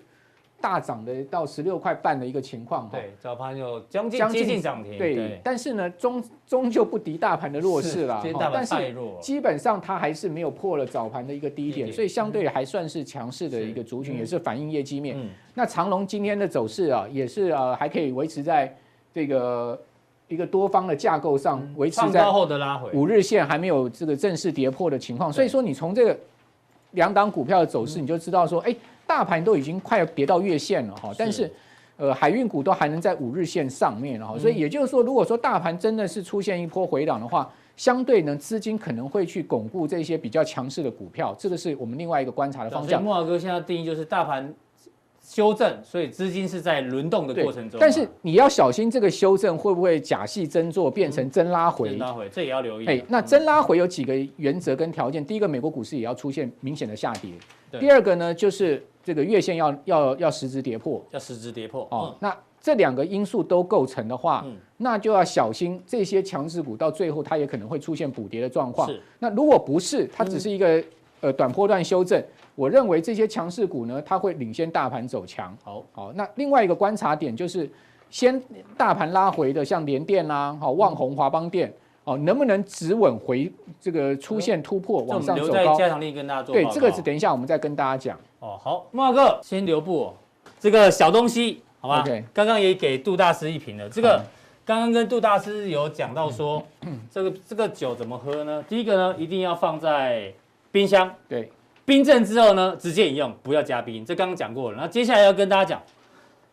大涨的到十六块半的一个情况哈。对早盘有将近将接近近涨停，对，，但是呢，终终究不敌大盘的弱势啦今。天哈大盘但太是弱了，基本上它还是没有破了早盘的一个低低点，点所以相对还算是强势的一个族群，也是反映业绩面嗯。那长隆今天的走势啊，也是呃还可以维持在这个一个多方的架构上，维持嗯创在高后的拉回，五日线还没有这个正式跌破的情况，所以说你从这个两档股票的走势，你就知道说，哎，大盘都已经快要跌到月线了哈，但是。呃，海运股都还能在五日线上面嗯了哈，所以也就是说，如果说大盘真的是出现一波回档的话，相对呢，资金可能会去巩固这些比较强势的股票，这个是我们另外一个观察的对方所以向。木华哥现在定义就是大盘修正，所以资金是在轮动的对过程中嘛，啊但是你要小心这个修正会不会假戏真做，变成真拉回嗯真。拉回，这也要留意啊。哎，那真拉回有几个原则跟条件。第一个，美国股市也要出现明显的下跌对；第二个呢，就是这个月线要要要实质跌破嗯要实质跌破哦。那这两个因素都构成的话嗯，那就要小心这些强势股到最后它也可能会出现补跌的状嗯况是。那如果不是，它嗯只是一个呃短波段修正，我认为这些强势股呢，它会领先大盘走强。好，好，那另外一个观察点就是，先大盘拉回的，像联电啦、嗯好旺宏、华邦电，哦，能不能止稳回这个出现突破嗯这我往们上留走在高？加强力跟大家做对，报这个告是等一下我们再跟大家讲。哦，好，木华哥先留步、哦、这个小东西，好吧 OK 刚刚也给杜大师一瓶了。这个刚刚跟杜大师有讲到说，嗯这个这个酒怎么喝呢？第一个呢，一定要放在冰箱，对，冰镇之后呢，直接饮用，不要加冰。这刚刚讲过了。然后接下来要跟大家讲，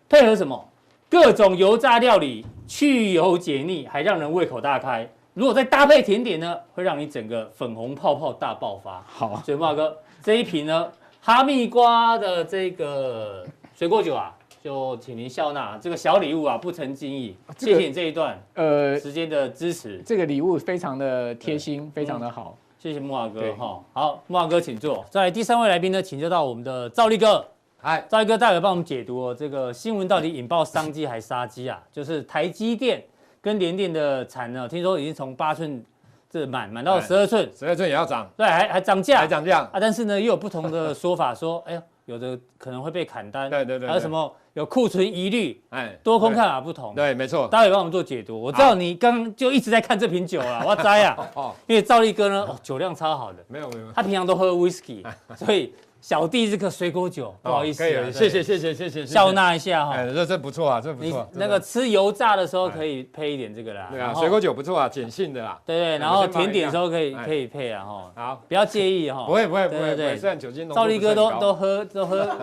配合什么？各种油炸料理，去油解腻，还让人胃口大开。如果再搭配甜点呢，会让你整个粉红泡泡大爆发。好，水木哥，这一瓶呢，哈密瓜的这个水果酒啊，就请您笑纳这个小礼物啊，不成敬意。这个谢谢你这一段呃，时间的支持，这个礼物非常的贴心，非常的好。谢谢木华哥对哈。好，木华哥请坐。在第三位来宾呢，请就到我们的赵力哥。嗨，赵力哥，待会帮我们解读哦，这个新闻到底引爆商机还是杀机啊？就是台积电跟联电的产呢，听说已经从八寸这满满到哎十二寸，十二寸也要涨，对，还还涨价，还涨价，啊，但是呢，又有不同的说法，说，哎呀，有的可能会被砍单，对对对还有什么有库存疑虑，哎，多空看法不同，对，，对，没错，待会帮我们做解读。我知道你刚就一直在看这瓶酒啊，我栽啊，哦，因为赵力哥呢，哦，酒量超好的，没有没有，他平常都喝 whisky，所以小弟这个水果酒，不好意思哦可以啊，了谢谢谢谢谢谢，谢谢笑。纳一下哈哎，。这这不错啊，这不你错。那个哦真的哎吃油炸的时候可以配一点这个啦，对然啊，后水果酒不错啊，碱性的啦。对对，然我后先放甜点的时候可以一下可以配啊哈，好，不要介意哈。 不会不会不对会哦对不对会，虽然酒精浓度赵力哥都不是很都高喝都喝，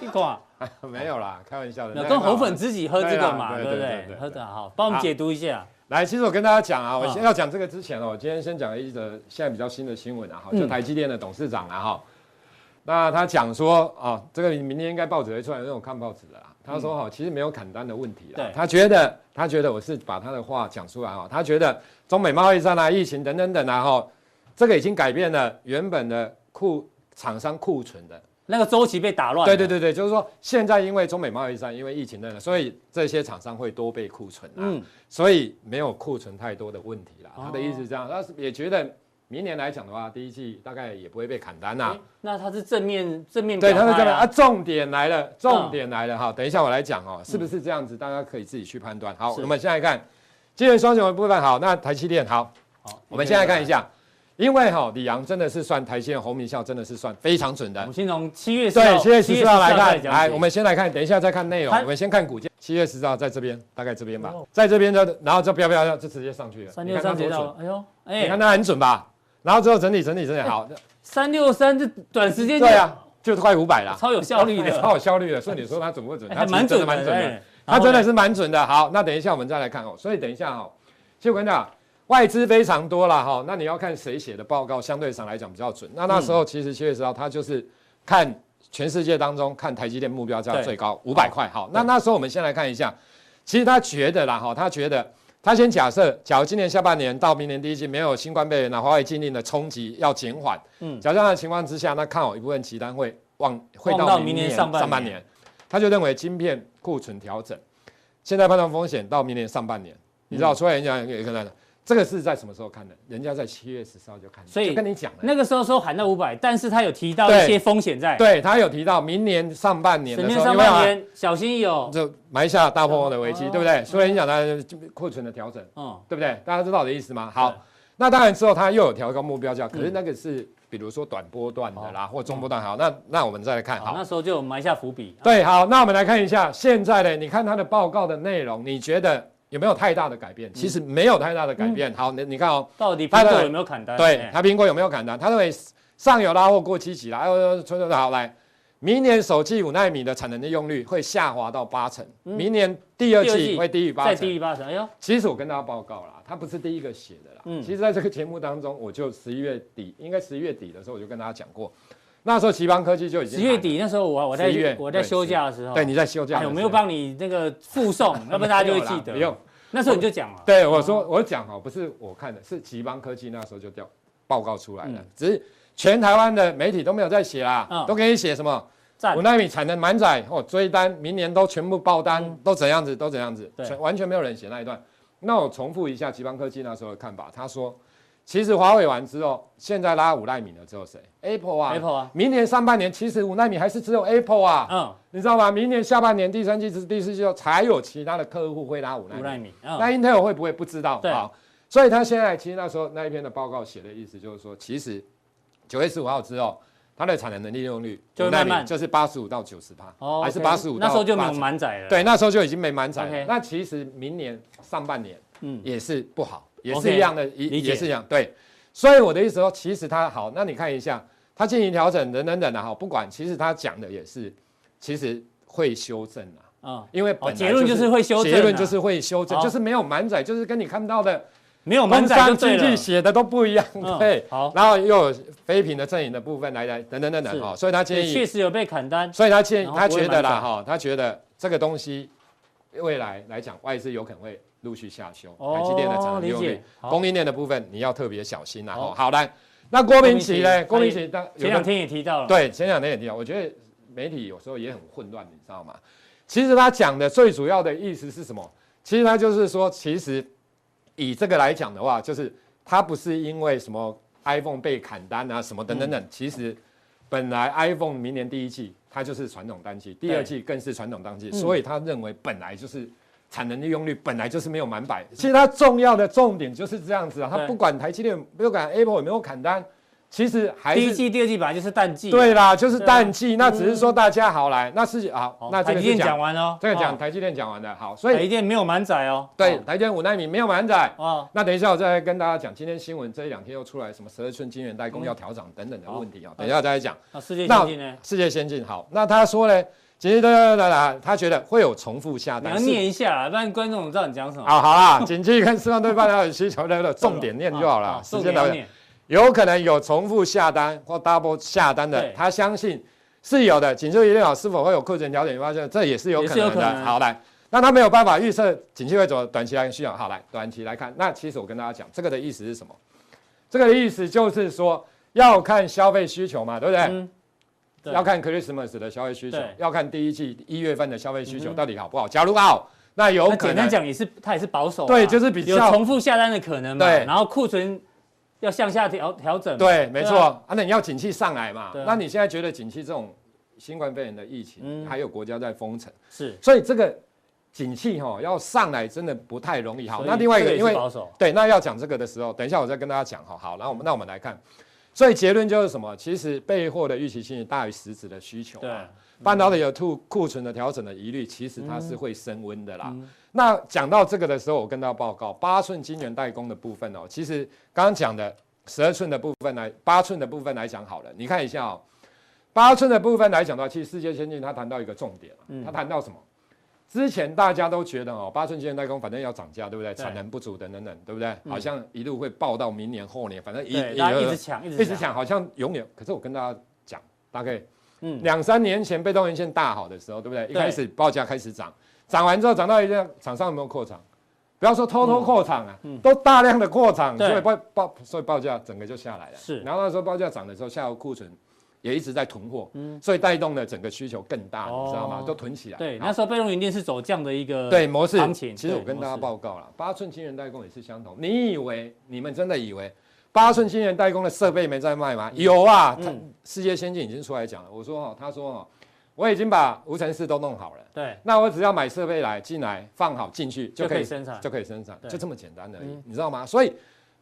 你管， 没有啦，开玩笑的。那跟很好红粉知己喝这个嘛，对对啦不对对对对？对喝的好，帮我们解读一下。来，其实我跟大家讲啊，我啊先要讲这个之前哦，我今天先讲一则现在比较新的新闻啊，哈，就台积电的董事长啊，哈，那他讲说啊，这个明天应该报纸会出来，因为我看报纸了啦。他说哈，其实没有砍单的问题对啦，他觉得他觉得我是把他的话讲出来啊，他觉得中美贸易战啊、疫情等等等啊，哈，这个已经改变了原本的库厂商库存的那个周期被打乱，对对，对对，就是说现在因为中美贸易战，因为疫情的，所以这些厂商会多备库存啊，嗯所以没有库存太多的问题啦。哦他的意思是这样，他是也觉得明年来讲的话，第一季大概也不会被砍单啦、诶那它是正面正面对，表他是这态样啊。啊，重点来了，重点来了哈、等一下我来讲哦，是不是这样子？大家可以自己去判断。好，是我们现在看今天双雄的部分。好，那台积电好，好我们现在看一，下因为哈、李阳真的是算台积电、红名校真的是算非常准我的们。先从七月对，七月十四号来开看始，讲来，起我们先来看，等一下再看内容，它我们先看股价。七月十四号在这边，大概这边吧，在这边的，然后就飙飙飙，就直接上去了。三你六看它三多跌准到，哎呦，你看哎，它很准吧？然后之后整理整理整理，哎好，三六三这短时间就对啊，就快五百啦，超有效率的， 超有效率的。所以你说它准不准？哎它还其实蛮真准的的，蛮准的。哎它真的是蛮准的。好，那等一下我们再来看哦。所以等一下哦，其实我跟你讲，外资非常多了哈、那你要看谁写的报告，相对上来讲比较准。那那时候其实七月十号，它就是看全世界当中看台积电目标价对最高五百块。好，那那时候我们先来看一下，其实他觉得啦哈、他觉得。他先假设，假如今年下半年到明年第一季没有新冠肺炎、华为禁令的冲击要减缓，嗯嗯，假设的情况之下，那看好一部分集单会往会望到到明明年年上上半半年年，他就认为晶片库存调整，现在判断风险到明年上半嗯年，你知道，所以人家也可能这个是在什么时候看的？人家在七月十四号就看的，所以就跟你讲了。那个时候说喊到五百，但是他有提到一些风险在，，对他有提到明年上半年整的年时候，上因为半啊，年小心有，就埋下大波的危机哦，对不对？所以你讲它库存的调整，嗯，对不对？大家知道我的意思吗？对嗯好，那当然之后它又有调高目标价，可是那个是比如说短波段的啦，或中波段。好，那那我们再来看，好，好那，时候就有埋下伏笔，对，好，那我们来看一下现在的，你看它的报告的内容，你觉得有没有太大的改嗯变？其实没有太大的改变。好，你你看哦，到底苹果有没有砍单？对嗯哎，它苹果有没有砍单？它认为上游拉货过期级啦，哎呦，春春好来，明年首季五纳米的产能利用率会下滑到八成，明年第二嗯第二季季会低于八再低成。于八成，哎呦，其实我跟大家报告啦，它不是第一个写的啦。嗯其实在这个节目当中，我就十一月底，应该十一月底的时候，我就跟大家讲过，那时候奇邦科技就已经十月喊了，底那时候我我11在月我在对休假的时候，对，你在休哎假的时候，我没有帮你那个附送，要不然大家就会记得，哦不用。那时候你就讲了，对，我说我讲哈，不是我看的，是吉邦科技那时候就调报告出来了，只是全台湾的媒体都没有在写啦，嗯都给你写什么赞五，纳米产能满载哦，追单，明年都全部爆单，都怎样子，都怎样子，嗯对全完全没有人写那一段。那我重复一下吉邦科技那时候的看法，他说，其实华为完之后，现在拉五纳米了之后谁？Apple 啊 Apple 啊明年上半年其实五纳米还是只有 Apple 啊，嗯，你知道吗？明年下半年第三季、第四季后才有其他的客户会拉五纳五米。纳米，那嗯， Intel 会不会不知道？对好，所以他现在其实那时候那一篇的报告写的意思就是说，其实九月十五号之后，它的产能的利用率就会5纳米慢慢就是八十五到九十趴，哦还是 OK，八十五？那时候就没有满载了，对，那时候就已经没满载 OK 了。那其实明年上半年，嗯嗯，也是不好，也 OK，是一样的，理一解也是一样。对，所以我的意思说，其实它好，那你看一下，它进行调整等等等的哈，不管，其实它讲的也是，其实会修正啊。嗯，因为哦本来结论就是会修正啊结论就是会修正，好就是没有满载，就是跟你看到的没有满工载就商对经了济，写的都不一样嗯，对。好然后又有非平的阵营的部分来来等等等是等哈，所以他也建确议，实有被砍单，所以他建议然后他不会觉得啦满载哈，他觉得这个东西未来来讲，外资有可能会陆续下修，哦台积电的产能利用理率解、好供应链的部分你要特别小心啦好哈。好来，那郭明郭明奇奇呢？郭明他奇当前有两个天也提到了，对，前两天也提到，我觉得媒体有时候也很混乱，你知道吗？其实他讲的最主要的意思是什么？其实他就是说，其实以这个来讲的话，就是他不是因为什么 iPhone 被砍单啊，什么等等嗯等，其实本来 iPhone 明年第一季它就是传统单季，第二季更是传统嗯单季，所以他认为本来就是。产能利用率本来就是没有满百，其实它重要的重点就是这样子啊，它对不管台积电，不管 Apple 有没有砍单，其实还是第一季、第二季本来就是淡季，对啦，就是对啊淡季，那只是说大家好来，那是好好，那台这积电个是讲讲完哦，这个讲哦，台积电讲完了，好，所台积以电没有满载哦，对哦台积电五纳米没有满载。哦，那等一下，我再来跟大家讲，今天新闻这一两天又出来什么十二寸晶圆代嗯工要调涨等等的问题啊，等一下再来讲。那世界那先进呢？世界先进好，那他说呢，其实对对对，他觉得会有重复下你单要。是念一下啊，不然观众知道你讲什么。啊，好啦，景气跟市场对半导体需求的重点念就好啊啊了，时重间点到要了。念。有可能有重复下单或 double 下单对的，他相信是有的。紧急预料是否会有库存调整，发现这也是有可也是能有的。可能好来，那他没有办法预测景气会走短期来需要。好来，短期来看，那其实我跟大家讲，这个的意思是什么？这个的意思就是说要看消费需求嘛，对不对？嗯对要看 Christmas 的消费需求对，嗯要看第一季一月份的消费需求到底好不好。假如好，那有那可简能单讲也是，它也是保守啊。对就是比较有重复下单的可能嘛。对然后库存要向下调调整嘛。对，没错对啊那你要景气上来嘛对啊？那你现在觉得景气这种新冠肺炎的疫情，嗯还有国家在封城，是所以这个景气哈、要上来真的不太容易。好，所以那另外一这个，也因是为保守对，那要讲这个的时候，等一下我再跟大家讲哈。好，那我们那我们来看，所以结论就是什么？其实备货的预期心理大于实质的需求、啊。对，半导体有库库存的调整的疑虑，其实它是会升温的啦。嗯那讲到这个的时候，我跟大家报告，八寸晶圆代工的部分哦，其实刚刚讲的十二寸的部分来，八寸的部分来讲好了，你看一下哦，八寸的部分来讲的话，其实世界先进它谈到一个重点啊，嗯它谈到什么？之前大家都觉得哦，八寸晶圆代工反正要涨价，对不对？对嗯产能不足等等等，对不对？好像一路会爆到明年后年，反正一对，大家一直抢，一直讲，好像永远。可是我跟大家讲，大概嗯两三年前被动元件大好的时候，对不对？一对开始报价开始涨，涨完之后涨到一定，厂商有没有扩厂？不要说偷偷扩厂啊，都大量的扩厂，嗯对所以报报所以报价整个就下来了。是然后那时候报价涨的时候，下游库存也一直在囤货，所以带动了整个需求更大，嗯哦你知道吗？都囤起来。对，好那时候被动元件是走这样的一个对模式行情。其实对我跟大家模式报告了，八寸晶圆代工也是相同。你以为你们真的以为八寸晶圆代工的设备没在卖吗？嗯有啊，它世界先进已经出来讲了。我说哦，他说哦，我已经把无尘室都弄好了。对，那我只要买设备来进来放好进去就就可可以以生产就可以生产，对嗯就这么简单而已，你知道吗？所以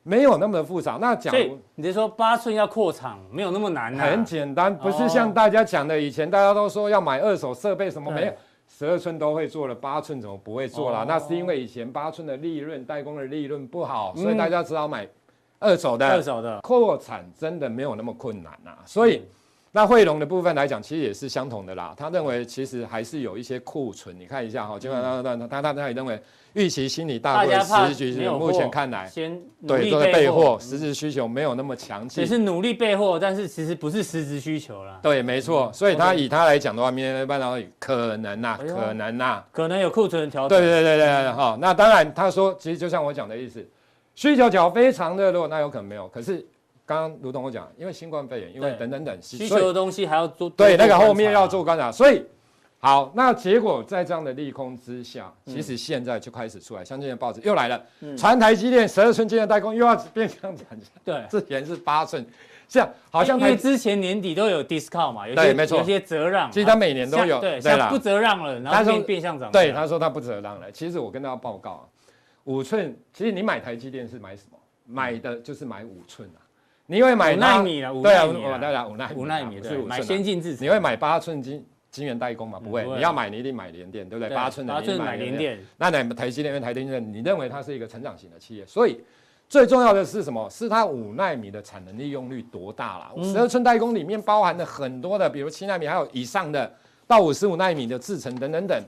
没有那么复杂。那讲所以你是说八寸要扩厂没有那么难啊？很简单，不是像大家讲的，以前大家都说要买二手设备什么没有，十二寸都会做了，八寸怎么不会做哦啦？那是因为以前八寸的利润代工的利润不好，所以大家只好买二手的。嗯二手嗯的，扩产真的没有那么困难啊，所以。那汇龙的部分来讲，其实也是相同的啦。他认为其实还是有一些库存，你看一下哈、基本上他他他他也认为预期心理嗯大大过于家怕实际需没有求，货目前看来先努对力都在备货货，，嗯实质需求没有那么强只。劲是努力备货，但是其实不是实质需求啦，对，没错。所以他以他来讲的话，明年的半导体可能呐、嗯哎呦可能呐、可能有库存调对整。对对对对，哈、那当然，他说其实就像我讲的意思，需求角非常热络，那有可能没有。可是刚刚如同我讲，因为新冠肺炎，因为对等等等，需所以求的东西还要做对，那个后多观察面啊要做观察。所以好，那结果在这样的利空之下，其实现在就开始出来，相近的嗯报纸又来了，传台积电十二寸晶圆代工又要变相涨价，对，之前是八寸，像好像因为台，之前年底都有 discount 嘛，有些对没错有些折让，其实它每年都像有，对，对像啦不折让了，然他后说变变相涨价。对，他说他不折让了。其实我跟大家报告啊，五寸，其实你买台积电是买什么？买的就是买五寸啊。你会买五它纳米啦五对啊，纳米啦我当然五纳米啦，无奈米不是对，五买寸先啊。进制程，你会买八寸晶晶圆代工吗？不会不，会你要买你一定买联电，对不对？对八寸的八你一定寸买联。电，那你们台积电跟台积电，你认为它是一个成长型的企业，所以最重要的是什么？是它五纳米的产能利用率多大啦？十二寸代工里面包含了很多的，比如七纳米还有以上的，到五十五纳米的制程等等等。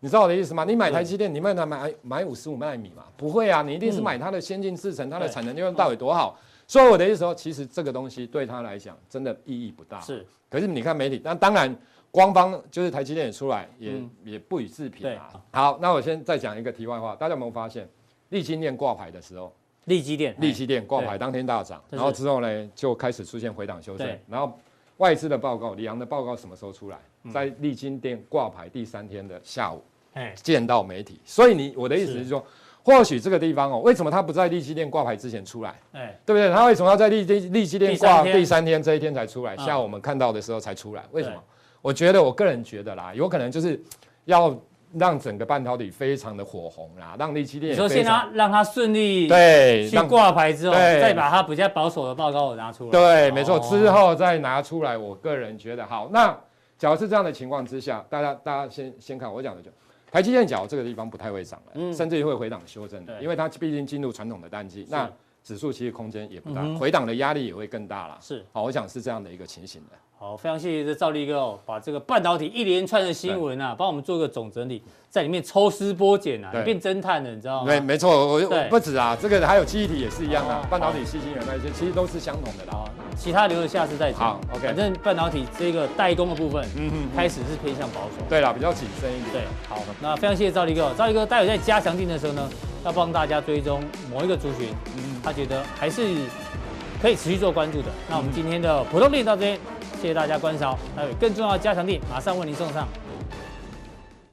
你知道我的意思吗？你买台积电，你们能买买五十五纳米吗？不会啊，你一定是买它的先进制程，它的对产能利用到底多好。所以我的意思说，其实这个东西对他来讲真的意义不大。是可是你看媒体，那当然官方就是台积电也出来，也、嗯也不予置评啊。好，那我先再讲一个题外话，大家有没有发现，利基电挂牌的时候，利基电，利基电挂牌对当天大涨，这是然后之后呢就开始出现回档修正对，然后外资的报告，里昂的报告什么时候出来？嗯在利金店挂牌第三天的下午哎，见到媒体，所以你我的意思是说，或许这个地方哦，为什么它不在利基店挂牌之前出来？哎，对不对？他为什么要在利基利基店第三挂天第三天这一天才出来？嗯下午我们看到的时候才出来，为什么对？我觉得我个人觉得啦，有可能就是要让整个半导体非常的火红啦，让利基店你也说非先常让让它顺利对去让挂牌之后，对再把它比较保守的报告拿出来。对，没错，哦之后再拿出来，我个人觉得好。那假如是这样的情况之下，大家大家先先看我讲的就。台积电角这个地方不太会涨了，甚至于会回档修正的，嗯对因为它毕竟进入传统的淡季，那指数其实空间也不大，回档的压力也会更大啦。嗯是好，我想是这样的一个情形的。好，非常谢谢这赵力哥哦，把这个半导体一连串的新闻啊，帮我们做个总整理，在里面抽丝剥茧啊，对你变侦探了，你知道吗对，？没错，我我哦对不止啊，这个还有记忆体也是一样啊哦，半导体、细晶圆那一些，其实都是相同的啦。好，其他留着下次再讲。好，OK 反正半导体这个代工的部分，嗯嗯嗯嗯开始是偏向保守。对啦，比较谨慎一点。对，好，那非常谢谢赵力哥哦。赵力哥待会在加强定的时候呢，要帮大家追踪某一个族群，他觉得还是可以持续做关注的。哦那我们今天的普通定到这边，谢谢大家观赏。待会更重要的加强定马上为您送上。